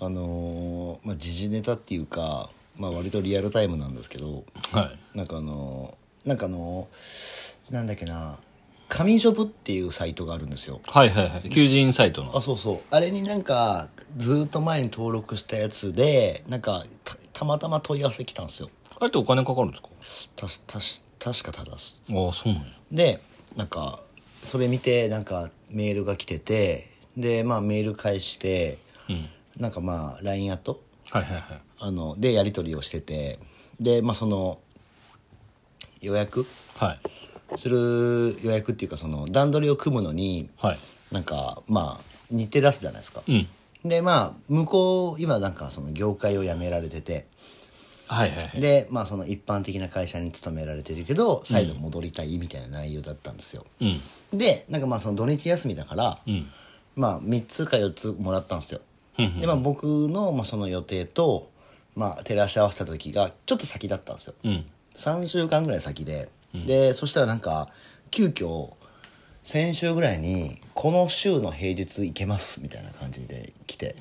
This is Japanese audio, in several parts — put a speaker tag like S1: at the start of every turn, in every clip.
S1: あのーまあ、時事ネタっていうか、まあ、割とリアルタイムなんですけど
S2: はい
S1: なんかあのーなんかあのーなんだっけな紙ジョブっていうサイトがあるんですよ
S2: はいはいはい求人サイトの
S1: あそうそうあれになんかずーっと前に登録したやつでなんかたたまたま問い合わせ来たんですよ
S2: あれってお金かかるんですか
S1: たしたし確かただす
S2: ああそうなんや
S1: でなんかそれ見てなんかメールが来ててでまあメール返して
S2: うん
S1: なんかまあ LINE アット
S2: はいはいはい
S1: あのでやり取りをしててでまあその予約
S2: はい
S1: する予約っていうかその段取りを組むのに
S2: はい
S1: なんかまあ日程出すじゃないですか、
S2: うん
S1: でまあ向こう今なんかその業界を辞められてて
S2: はいはいはい
S1: でまあその一般的な会社に勤められてるけど再度戻りたいみたいな内容だったんですよ、
S2: うん
S1: でなんかまあその土日休みだから、
S2: うん
S1: まあ3つか4つもらったんですよ、
S2: うんうん
S1: でまあ僕のまあその予定とまあ照らし合わせた時がちょっと先だったんですよ
S2: うん
S1: 3週間ぐらい先で、でそしたらなんか急遽先週ぐらいにこの週の平日行けますみたいな感じで来て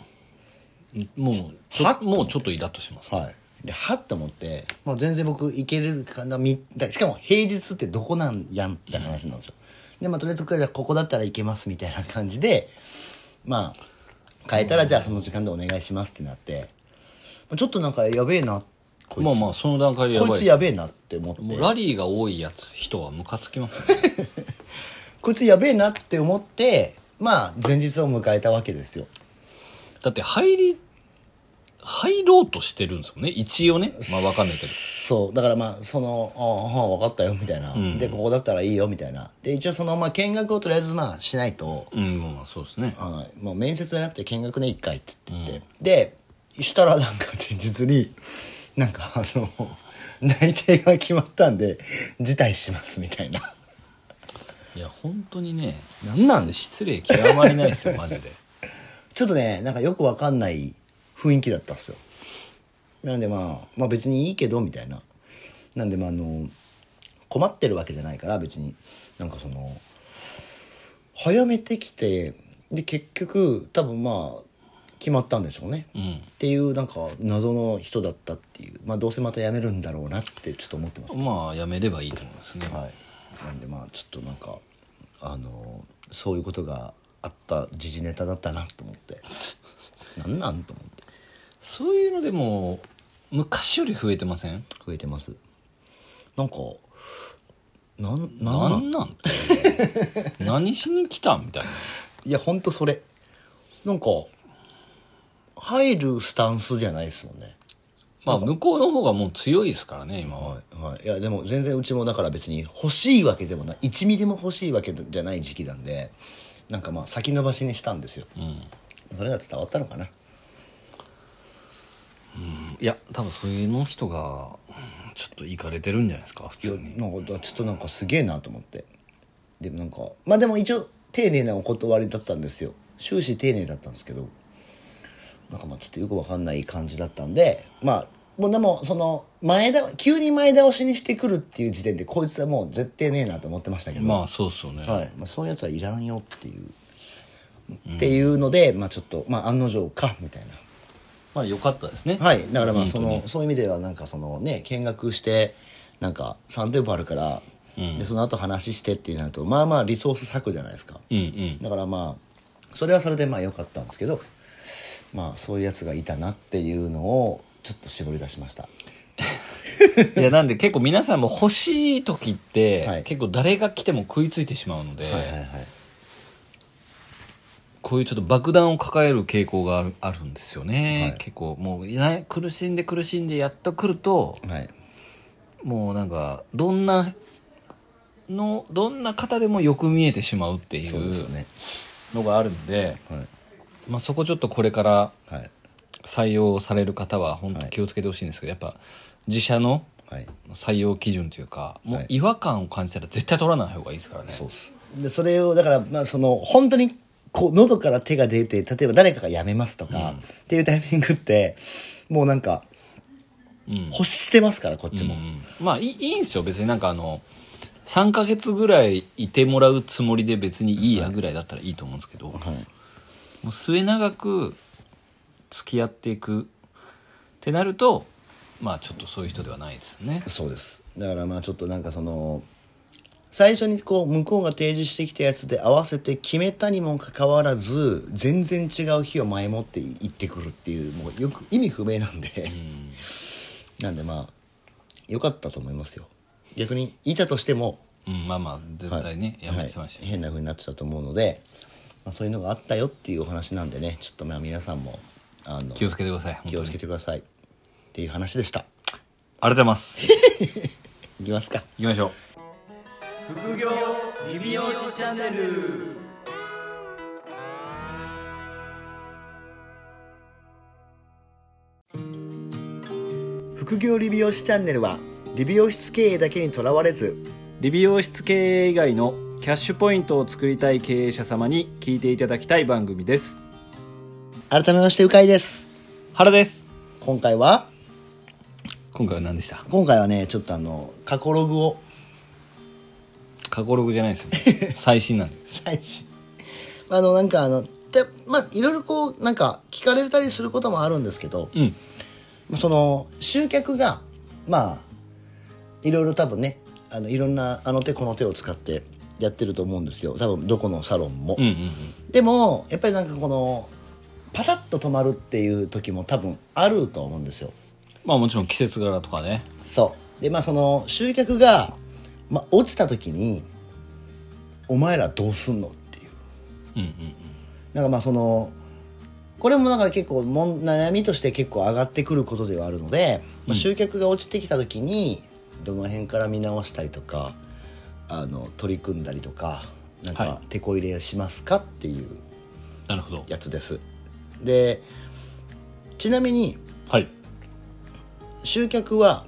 S2: もうちょ
S1: は
S2: もうちょっとイラッとします
S1: はいではっと思って、まあ、全然僕行けるかなみだしかも平日ってどこなんやんって話なんですよ、でまあとりあえずじゃあここだったら行けますみたいな感じでまあ変えたらじゃあその時間でお願いしますってなってまあちょっとなんかやべえなこいつ、
S2: まあまあその段階でやばい
S1: こいつやべえなって思って
S2: もうラリーが多いやつ人はムカつきますね
S1: こいつやべえなって思ってまあ前日を迎えたわけですよ
S2: だって入り入ろうとしてるんですよね一応ねまあわかんないけど
S1: そうだからまあその「ああ分かったよ」みたいな、
S2: ん
S1: でここだったらいいよみたいなで一応その、まあ、見学をとりあえずまあしないと、
S2: うんまあまあそうですね
S1: はいもう面接じゃなくて見学ね一回っつって言って、でしたらなんか前日になんかあの 内定が決まったんで辞退しますみたいない
S2: や本当にね
S1: なんなん
S2: 失礼極まりないですよマジで
S1: ちょっとねなんかよくわかんない雰囲気だったっすよなんでまあまあ別にいいけどみたいななんでまああの困ってるわけじゃないから別になんかその早めてきてで結局多分まあ決まったんでしょうね、
S2: うん
S1: っていうなんか謎の人だったっていうまあどうせまた辞めるんだろうなってちょっと思ってます
S2: まあやめればいいと思いますね、
S1: はい、なんでまあちょっとなんかあのそういうことがあった時事ネタだったなと思 ってなんなんと思って
S2: そういうのでも昔より増えてません
S1: 増えてますなんかなんなんな
S2: なんんなんて 何しに来たみたいない
S1: やほんとそれなんか入るスタンスじゃないですもんね
S2: まあ向こうの方がもう強いですからね今は
S1: はい、はい、いやでも全然うちもだから別に欲しいわけでもない1ミリも欲しいわけじゃない時期なんでなんかまあ先延ばしにしたんですよ
S2: うん
S1: それが伝わったのかない
S2: や多分そういうの人がうんちょっといかれてるんじゃないですか普
S1: いや
S2: 通に
S1: なんかちょっとなんかすげえなと思ってでもなんかまあでも一応丁寧なお断りだったんですよ終始丁寧だったんですけどなんかまあちょっとよくわかんない感じだったんでまあもうでもその前倒急に前倒しにしてくるっていう時点でこいつはもう絶対ねえなと思ってましたけど、
S2: まあそうっすよね、
S1: はいまあ、そういうやつはいらんよっていう、っていうのでまあちょっとまあ案の定かみたいな
S2: まあ良かったですね
S1: はい、だからまあそ
S2: 本
S1: のそういう意味ではなんかそのね見学してなんか3店舗あるから、
S2: うん
S1: でその後話してってなるとまあまあリソース割くじゃないですか、
S2: 当に
S1: だからまあそれはそれでまあ良かったんですけどまあそういうやつがいたなっていうのをちょっと絞り出しました
S2: うんうんいやなんで結構皆さんも欲しい時って、
S1: はい
S2: 結構誰が来ても食いついてしまうので、
S1: はいはいはい
S2: こういうちょっと爆弾を抱える傾向があるんですよね、
S1: はい
S2: 結構もういない苦しんで苦しんでやっと来ると
S1: はい
S2: もうなんかどんなのどんな方でもよく見えてしまうってい
S1: そうですよ
S2: う
S1: ね
S2: のがあるんで
S1: はい
S2: まあ、そこちょっとこれから
S1: はい
S2: 採用される方は本当気をつけてほしいんですけど、やっぱ自社の
S1: はい
S2: 採用基準というかも
S1: は
S2: う
S1: い
S2: 違和感を感じたら絶対取らない方がいいですからね、
S1: そうっすでそれをだからまあその本当にこう喉から手が出て例えば誰かが辞めますとか、っていうタイミングってもうなんか
S2: うん
S1: 欲してますからこっち
S2: うん
S1: も、
S2: うんまあいいいいんですよ別になんかあの3ヶ月ぐらいいてもらうつもりで別にいいやぐらいだったらいいと思うんですけど、も
S1: はいう
S2: 末永く付き合っていくってなるとまあちょっとそういう人ではないですよね
S1: そうですだからまあちょっとなんかその最初にこう向こうが提示してきたやつで合わせて決めたにもかかわらず全然違う日を前もって行ってくるっていうもうよく意味不明なんで、なんでまあ良かったと思いますよ逆にいたとしても
S2: うんまあまあ絶対ね、やめてました
S1: はい変な風になってたと思うので、まあ、そういうのがあったよっていうお話なんでねちょっとまあ皆さんもあの
S2: 気をつけてください本
S1: 気
S2: 当
S1: を
S2: に
S1: つけてくださいっていう話でした
S2: ありがとうございます
S1: いきますか
S2: 行きましょう
S3: 副業リビオシチャンネル
S1: 副業理美容師チャンネルは理美容室経営だけにとらわれず
S4: 理美容室経営以外のキャッシュポイントを作りたい経営者様に聞いていただきたい番組です
S1: 改めましてうかいです
S2: 原です
S1: 今回は
S2: 今回は何でした
S1: 今回はねちょっとあの過去ログを
S2: 過去ログじゃないですよ 最新なんで
S1: 最新あのなんかあのでまあいろいろこうなんか聞かれたりすることもあるんですけど、
S2: うん
S1: その集客がまあいろいろ多分ねあのいろんなあの手この手を使ってやってると思うんですよ多分どこのサロンも、
S2: うんうん
S1: でもやっぱりなんかこのパタッと止まるっていう時も多分あると思うんですよ
S2: まあもちろん季節柄とかね
S1: そうでまあその集客が、まあ、落ちた時にお前らどうすんのっていう
S2: うんうん
S1: なんかまあそのこれもだから結構もん悩みとして結構上がってくることではあるので、まあ、集客が落ちてきた時にどの辺から見直したりとかあの取り組んだりとかなん
S2: は
S1: か手こ入れしますかっていう
S2: なるほど
S1: やつです。でちなみに
S2: はい
S1: 集客は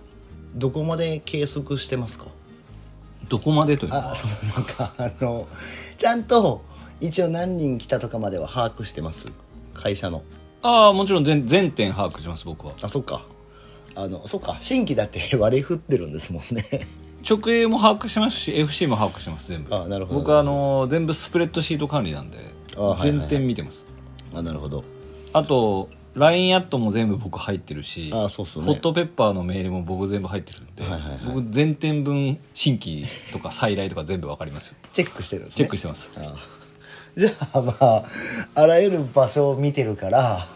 S1: どこまで計測してますか
S2: どこまでという
S1: あ
S2: か
S1: そのなんかあのちゃんと一応何人来たとかまでは把握してます会社の。
S2: ああもちろん全全点把握します僕は
S1: あそっかあのそっか新規だって割り振ってるんですもんね
S2: 直営も把握しますし FC も把握してます全部
S1: あなるほど
S2: 僕はあのー全部スプレッドシート管理なんで
S1: あはいはい
S2: 全点見てます
S1: あなるほど
S2: あと LINE アットも全部僕入ってるし
S1: あそうっすね
S2: ホットペッパーのメールも僕全部入ってるんで、
S1: はいはいはい
S2: 僕全点分新規とか再来とか全部わかりますよ
S1: チェックしてるんです
S2: チ
S1: ね
S2: ェックしてます、
S1: じゃあまああらゆる場所を見てるから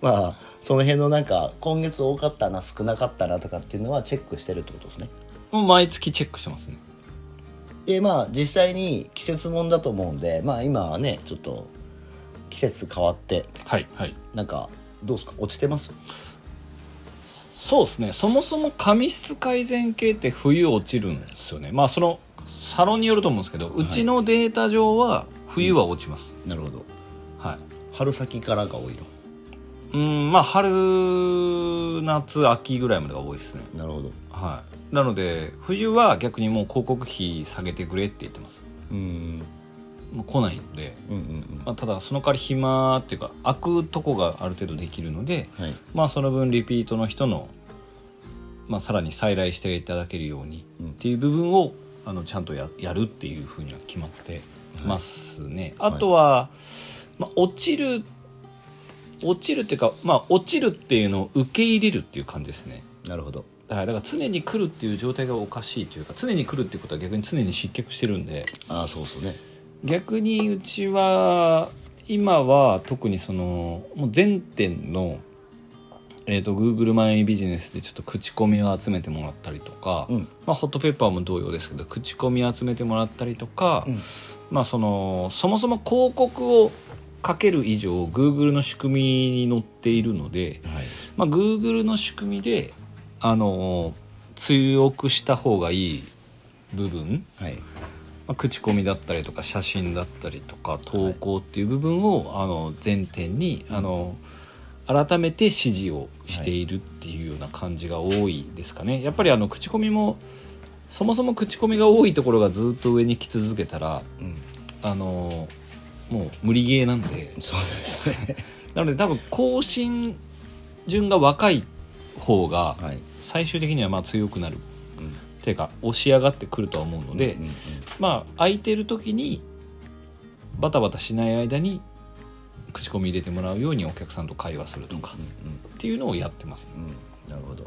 S1: まあその辺のなんか今月多かったな少なかったなとかっていうのはチェックしてるってことですね
S2: もう毎月チェックしてますね
S1: でまあ実際に季節もんだと思うんでまあ今はねちょっと季節変わって
S2: はいはい
S1: なんかどうですか落ちてます
S2: そうですねそもそも髪質改善系って冬落ちるんですよねまあそのサロンによると思うんですけどうちのデータ上は冬は落ちます、
S1: なるほど
S2: はい
S1: 春先からが多いの
S2: うんまあ春夏秋ぐらいまでが多いですね
S1: なるほど
S2: はいなので冬は逆にもう広告費下げてくれって言ってます
S1: うん
S2: もう来ないので、
S1: うんうんうん
S2: まあ、ただその代わり暇っていうか開くとこがある程度できるので
S1: はい
S2: まあその分リピートの人の、まあ、さらに再来していただけるように
S1: うん
S2: っていう部分をあのちゃんとややるっていうふうには決まってますね、あとは、まあ、落ちる落ちるっていうか、まあ、落ちるっていうのを受け入れるっていう感じですね
S1: なるほど
S2: はいだから常に来るっていう状態がおかしいというか常に来るっていうことは逆に常に失脚してるんで
S1: ああそうそうね
S2: 逆にうちは今は特にそのもう全店の、えー、と Google マイビジネスでちょっと口コミを集めてもらったりとか、
S1: うん
S2: まあ、ホットペッパーも同様ですけど口コミを集めてもらったりとか、
S1: うん
S2: まあ、そのそもそも広告をかける以上 Google の仕組みに乗っているので、
S1: はい
S2: まあ、Google の仕組みであの強くした方がいい部分
S1: はい
S2: まあ、口コミだったりとか写真だったりとか投稿っていう部分を、あの前提にあの改めて指示をしているっていうような感じが多いですかね。やっぱりあの口コミもそもそも口コミが多いところがずっと上に来続けたら
S1: うん
S2: あのもう無理ゲーなんで
S1: そうですね
S2: なので多分更新順が若い方 が
S1: はい
S2: 最終的にはまあ強くなる、
S1: うん
S2: っていうか押し上がってくるとは思うので。
S1: うんうん
S2: まあ空いてる時にバタバタしない間に口コミ入れてもらうようにお客さんと会話するとかっていうのをやってますね。
S1: うん、なるほど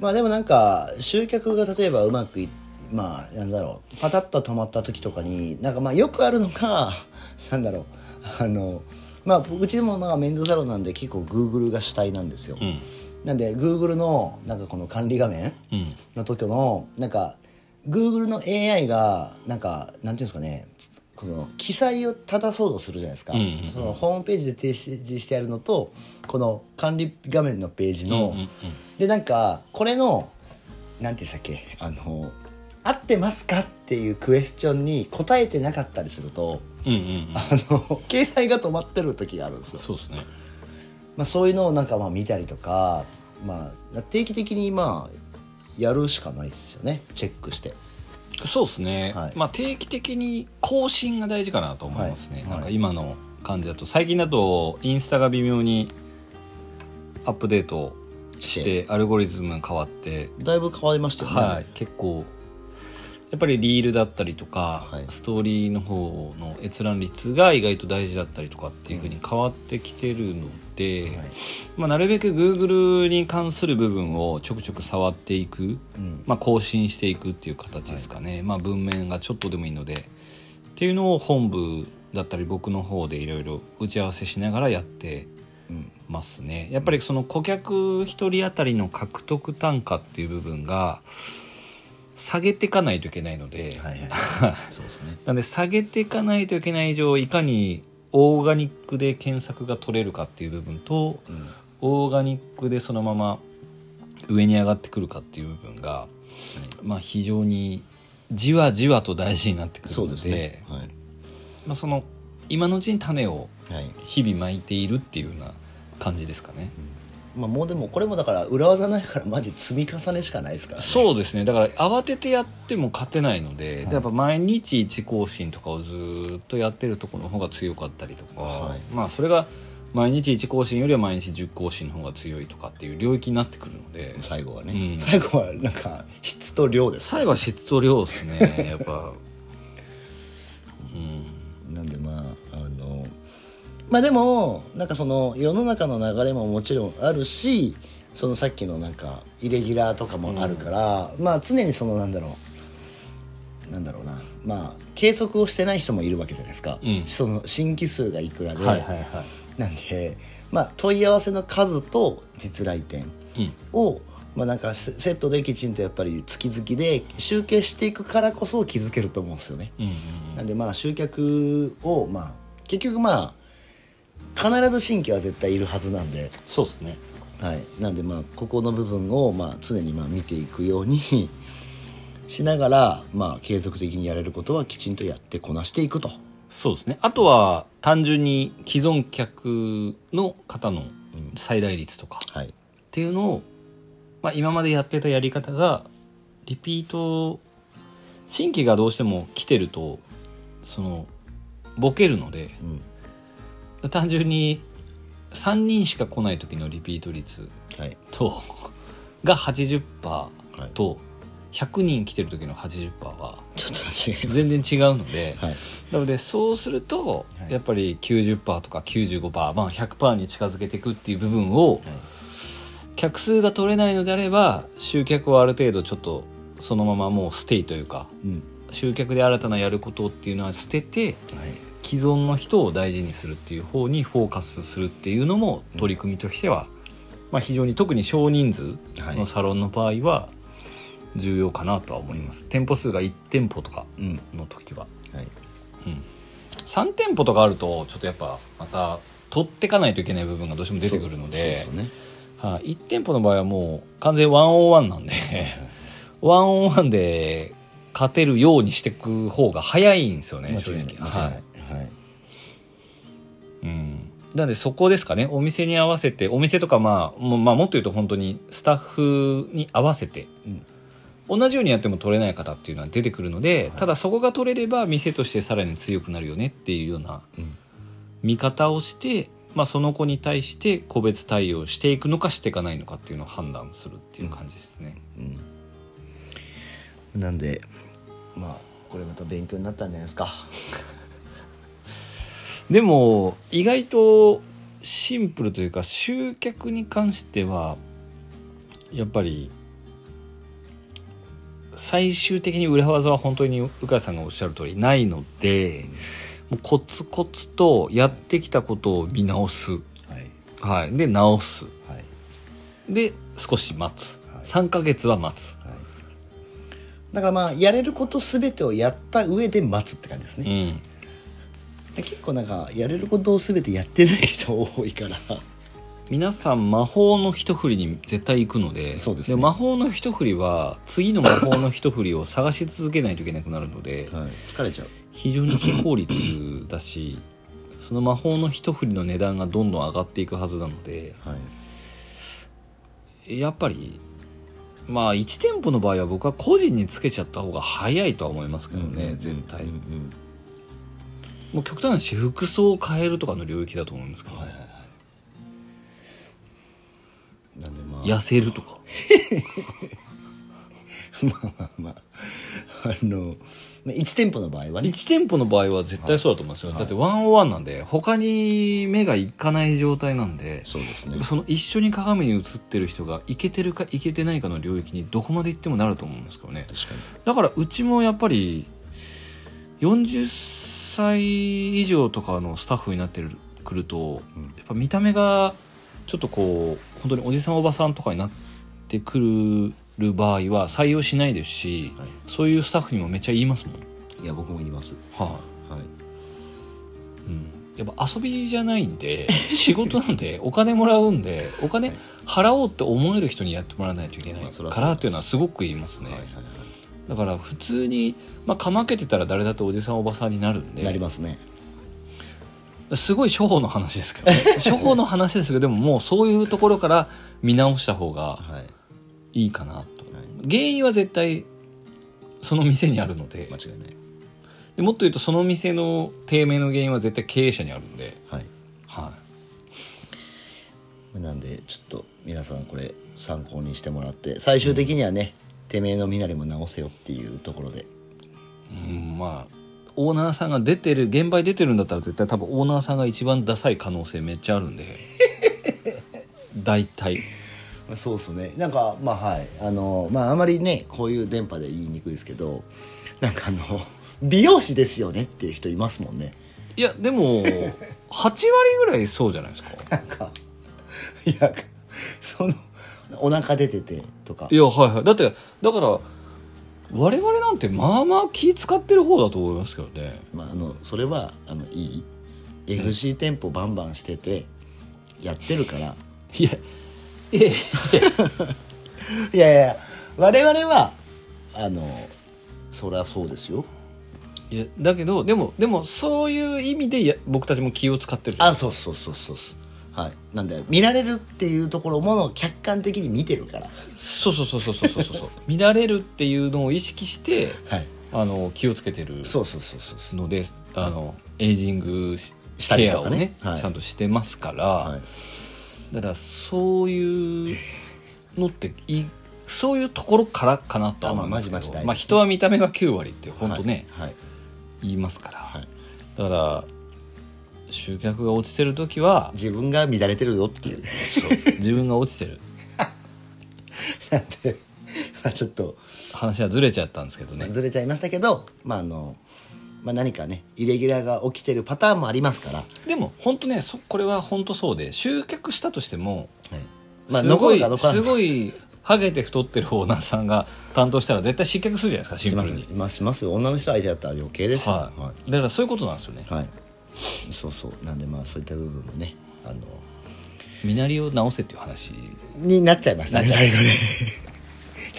S1: まあでもなんか集客が例えばうまくいまあなんだろうパタッと止まった時とかになんかまあよくあるのが なんだろうあのまあうちでもまあメンズサロンなんで結構 Google が主体なんですよ、
S2: うん
S1: なんで Google のなんかこの管理画面
S2: うん
S1: の時のなんか Google の AI がなんかなんていうんですかねこの記載を正そうとするじゃないですか、
S2: うんうんうん
S1: そのホームページで提示してやるのとこの管理画面のページの、
S2: うんうんうん
S1: でなんかこれのなんて言うんでしたっけあの合ってますかっていうクエスチョンに答えてなかったりすると
S2: うんうんうん
S1: あの 携帯が止まってる時があるんですよ
S2: そうですね。
S1: まあ、そういうのをなんかまあ見たりとか、まあ、定期的にまあやるしかないですよねチェックして
S2: そうですね、
S1: はい
S2: まあ定期的に更新が大事かなと思いますね、
S1: はい
S2: なんか
S1: はい
S2: 今の感じだと最近だとインスタが微妙にアップデートし
S1: して
S2: アルゴリズムが変わって、
S1: だいぶ変わりましたよね、
S2: はい、結構やっぱりリールだったりとか、
S1: はい
S2: ストーリーの方の閲覧率が意外と大事だったりとかっていうふうに変わってきてるので、
S1: はい
S2: まあ、なるべく Google に関する部分をちょくちょく触っていく、
S1: うん
S2: まあ、更新していくっていう形ですかね、まあ、文面がちょっとでもいいのでっていうのを本部だったり僕の方でいろいろ打ち合わせしながらやって
S1: うん
S2: ますねやっぱりその顧客1人当たりの獲得単価っていう部分が下げていかないといけないので、
S1: はい はいそうですね
S2: なんで下げていかないといけない以上いかにオーガニックで検索が取れるかっていう部分と、
S1: うん
S2: オーガニックでそのまま上に上がってくるかっていう部分が、まあ非常にじわじわと大事になってくる
S1: そ
S2: の
S1: う
S2: で
S1: ですねは
S2: まあ、その今のうちに種を
S1: い、はい
S2: 日々巻いているっていうような感じですかね、
S1: まあ、もうでもこれもだから裏技ないからマジ積み重ねしかないですから、ね、
S2: そうですねだから慌ててやっても勝てないので、やっぱ毎日1更新とかをずっとやってるところの方が強かったりとか、
S1: はい
S2: まあそれが毎日1更新よりは毎日10更新の方が強いとかっていう領域になってくるので
S1: 最後はね、
S2: うん
S1: 最後はなんか質と量です
S2: 最後は質と量ですねやっぱうん
S1: なんでまああのまあでもなんかその世の中の流れももちろんあるしそのさっきのなんかイレギュラーとかもあるから、まあ常にそのなんだろうなんだろうなまあ計測をしてない人もいるわけじゃないですか、
S2: うん
S1: その新規数がいくらで、
S2: はいはいは
S1: なんでまあ問い合わせの数と実来店
S2: い、うん
S1: をまあなんかセセットできちんとやっぱり月々で集計していくからこそ気づけると思うんですよね。
S2: うんうん
S1: なんでまあ集客をまあ結局まあ必ず新規は絶対いるはずなんで、
S2: そうですね
S1: はい、なんでまあここの部分をまあ常にまあ見ていくように しながらまあ継続的にやれることはきちんとやってこなしていくと、
S2: そうですねあとは単純に既存客の方の再来率とかっ
S1: はい、
S2: ていうのを、まあ、今までやってたやり方がリピート新規がどうしても来てるとそのボケるので
S1: うん、
S2: 単純に3人しか来ない時のリピート率
S1: はい、
S2: と が80%
S1: はい
S2: と100人来てる時の80%は
S1: ちょっと違い
S2: 全然違うので、
S1: ます、
S2: なのでそうすると
S1: はい
S2: やっぱり90%とか95%、まあ、100%に近づけていくっていう部分を
S1: はい、はい、
S2: 客数が取れないのであれば集客をある程度ちょっとそのままもうステイというか
S1: うん、
S2: 集客で新たなやることっていうのは捨てて
S1: はい、
S2: 既存の人を大事にするっていう方にフォーカスするっていうのも取り組みとしては、まあ、非常に特に少人数
S1: はい
S2: のサロンの場合は重要かなとは思います。店舗数が1店舗とか
S1: うん、
S2: の時は
S1: はい、
S2: 3店舗とかあるとちょっとやっぱまた取ってかないといけない部分がどうしても出てくるので
S1: そうそうそうね、
S2: はい1店舗の場合はもう完全ワンオンワンなんでワンオンワンで勝てるようにしていく方が早いんですよね
S1: 間
S2: 正
S1: 違いない、
S2: 直
S1: 間違いない、はい、
S2: いうん、なんでそこですかねお店に合わせてお店とかまあも,、まあ、もっと言うと本当にスタッフに合わせて
S1: うん、
S2: 同じようにやっても取れない方っていうのは出てくるので、ただそこが取れれば店としてさらに強くなるよねっていうような
S1: うん
S2: 見方をして、まあ、その子に対して個別対応していくのかしていかないのかっていうのを判断するっていう感じですね。
S1: うん、なんでまあこれまた勉強になったんじゃないですか
S2: でも意外とシンプルというか集客に関してはやっぱり最終的に裏技は本当に鵜飼さんがおっしゃる通りないのでもうコツコツとやってきたことを見直す、
S1: はい
S2: はい、で直す
S1: はい
S2: で少し待つ
S1: はい
S2: 3ヶ月は待つ、
S1: はいだからまあやれること全てをやった上で待つって感じです
S2: う
S1: ね、
S2: ん、
S1: で結構なんかやれることを全てやってない人多いから
S2: 皆さん魔法の一振りに絶対行くので
S1: そうですね
S2: 魔法の一振りは次の魔法の一振りを探し続けないといけなくなるので、
S1: 疲れちゃう
S2: 非常に非効率だしその魔法の一振りの値段がどんどん上がっていくはずなので
S1: はい
S2: やっぱりまあ1店舗の場合は僕は個人につけちゃった方が早いとは思いますけどね、絶対、
S1: うんうん
S2: もう極端なし服装を変えるとかの領域だと思うんですけど、
S1: はいはいはいなんでまあ
S2: 痩せるとか
S1: まあまあまああの1店舗の場合はね
S2: 1店舗の場合は絶対そうだと思うんですよ、だってワンオワンなんで他に目がいかない状態なんで
S1: そうですね
S2: その一緒に鏡に映ってる人がいけてるかいけてないかの領域にどこまで行ってもなると思うんですけどね
S1: 確か
S2: だからうちもやっぱり40歳以上とかのスタッフになってるくると
S1: うん
S2: やっぱ見た目がちょっとこう本当におじさんおばさんとかになってくる場合は採用しないですし、
S1: はい
S2: そういうスタッフにもめっちゃ言いますもん。
S1: にいや僕も言います
S2: はい、
S1: はい
S2: うん、やっぱ遊びじゃないんで 仕事なんでお金もらうんでお金払おうって思える人にやってもらわないといけない
S1: まあそりゃ
S2: か
S1: そう
S2: ら
S1: です
S2: っていうのはすごく言いますね、
S1: はいはいは
S2: だから普通に、まあ、かまけてたら誰だっておじさんおばさんになるん
S1: いなり
S2: で
S1: ますね
S2: すごい処方の話ですけどね 処方の話ですけどでももうそういうところから見直した方が
S1: はい
S2: いいかなと
S1: はい
S2: 原因は絶対その店にあるので
S1: 間違いない
S2: でもっと言うとその店の低迷の原因は絶対経営者にあるんで、
S1: はい
S2: はい、
S1: なんでちょっと皆さんこれ参考にしてもらって最終的にはね、てめえの身なりも直せよっていうところで
S2: うんまあオーナーさんが出てる現場に出てるんだったら絶対多分オーナーさんが一番ダサい可能性めっちゃあるんで 大体
S1: そうですねなんかまあはいあのまああまりねこういう電波で言いにくいですけどなんかあの 美容師ですよねっていう人いますもんね
S2: いやでも8割ぐらいそうじゃないですか
S1: なんかいやそのお腹出ててとか
S2: いやはいはいだってだから我々なんてまあまあ気使ってる方だと思いますけどね
S1: まあ、あのそれはあのいい FC 店舗バンバンしててやってるから
S2: いやええ
S1: いやいや我々はあのそりゃそうですよ
S2: いやだけどでもでもそういう意味でや僕たちも気を使ってるじゃん
S1: あそうそうそうそうそうはいなんで見られるっていうところも客観的に見てるから
S2: そうそうそうそうそうそうそう 見られるっていうのを意識して
S1: はい
S2: あの気をつけてる
S1: そうそうそうそうそ
S2: のであのエイジングし
S1: したり
S2: ケア
S1: と
S2: を
S1: か
S2: ね
S1: ねはい
S2: ちゃんとしてますから、
S1: うはい
S2: だからそういうのっていそういうところからかなとは思いますけど
S1: あまあまじまじ大事ですね
S2: まあ、人は見た目が9割って本当ね、
S1: はい、はい
S2: 言いますから、
S1: い
S2: だから集客が落ちてる時は
S1: 自分が乱れてるよっていう
S2: 自分が落ちてる
S1: なんで まあちょっと
S2: 話はずれちゃったんですけどね
S1: ずれちゃいましたけど、まああのまあ、何かねイレギュラーが起きてるパターンもありますから、は
S2: でも本当ねそこれは本当そうで集客したとしても
S1: いまあ、
S2: すご
S1: 残
S2: い
S1: るか残らな
S2: す
S1: いか
S2: ごいハゲて太ってるオーナーさんが担当したら絶対失脚するじゃないですか
S1: し
S2: シンプ
S1: ま
S2: ル
S1: す
S2: に、
S1: まあ、しますよ女の人相手だったら余計ですよ
S2: はい
S1: はい
S2: だからそういうことなんですよね
S1: はい、そうそうなんでまあそういった部分もねあの
S2: 身なりを直せっていう話
S1: になっちゃいましたね
S2: なっ
S1: 最後 ね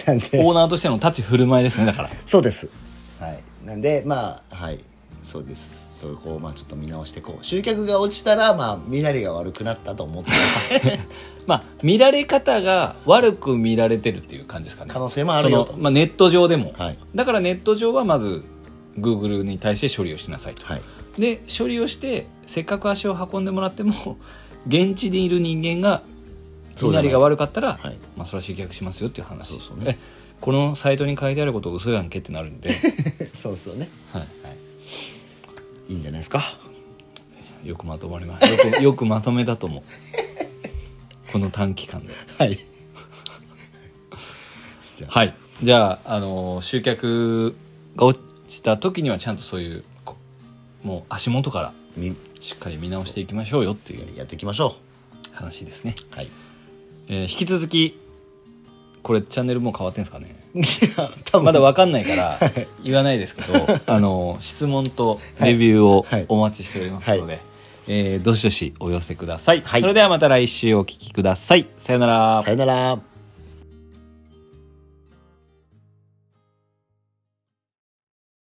S1: なんで
S2: オーナーとしての立ち振る舞いですねだから
S1: そうですはいなんでまあはいそうですそこをまあちょっと見直していこう集客が落ちたらまあ身なりが悪くなったと思って
S2: まあ見られ方が悪く見られてるっていう感じですかね
S1: 可能性もあるよ
S2: そ
S1: と
S2: の、まあ、ネット上でも、
S1: はい
S2: だからネット上はまず Google に対して処理をしなさいと、
S1: はい
S2: で処理をしてせっかく足を運んでもらっても 現地にいる人間が
S1: そうじゃ
S2: 身な
S1: ない
S2: りが悪かったら、
S1: はい
S2: まあ、それは集客しますよっていう話
S1: そうそうね
S2: えこのサイトに書いてあること嘘やんけってな るんで、
S1: そうそうね
S2: はい
S1: いいんじゃないですか
S2: よくまとまりましたよくよくまとめたと思うこの短期間で
S1: はい
S2: はいじゃあ、あのー集客が落ちた時にはちゃんとそういうこもう足元から
S1: み
S2: しっかり見直していきましょうよっていう
S1: やっていきましょ
S2: 話ですね、
S1: うはいい
S2: えー引き続きこれチャンネルもう変わってんですかね
S1: や多分
S2: まだわかんない から言わないですけど、あの質問とレビューを
S1: はい
S2: お待ちしておりますので、
S1: はい
S2: えーどしどしお寄せください、
S1: はい
S2: それではまた来週お聞きください。さよなら
S1: さよなら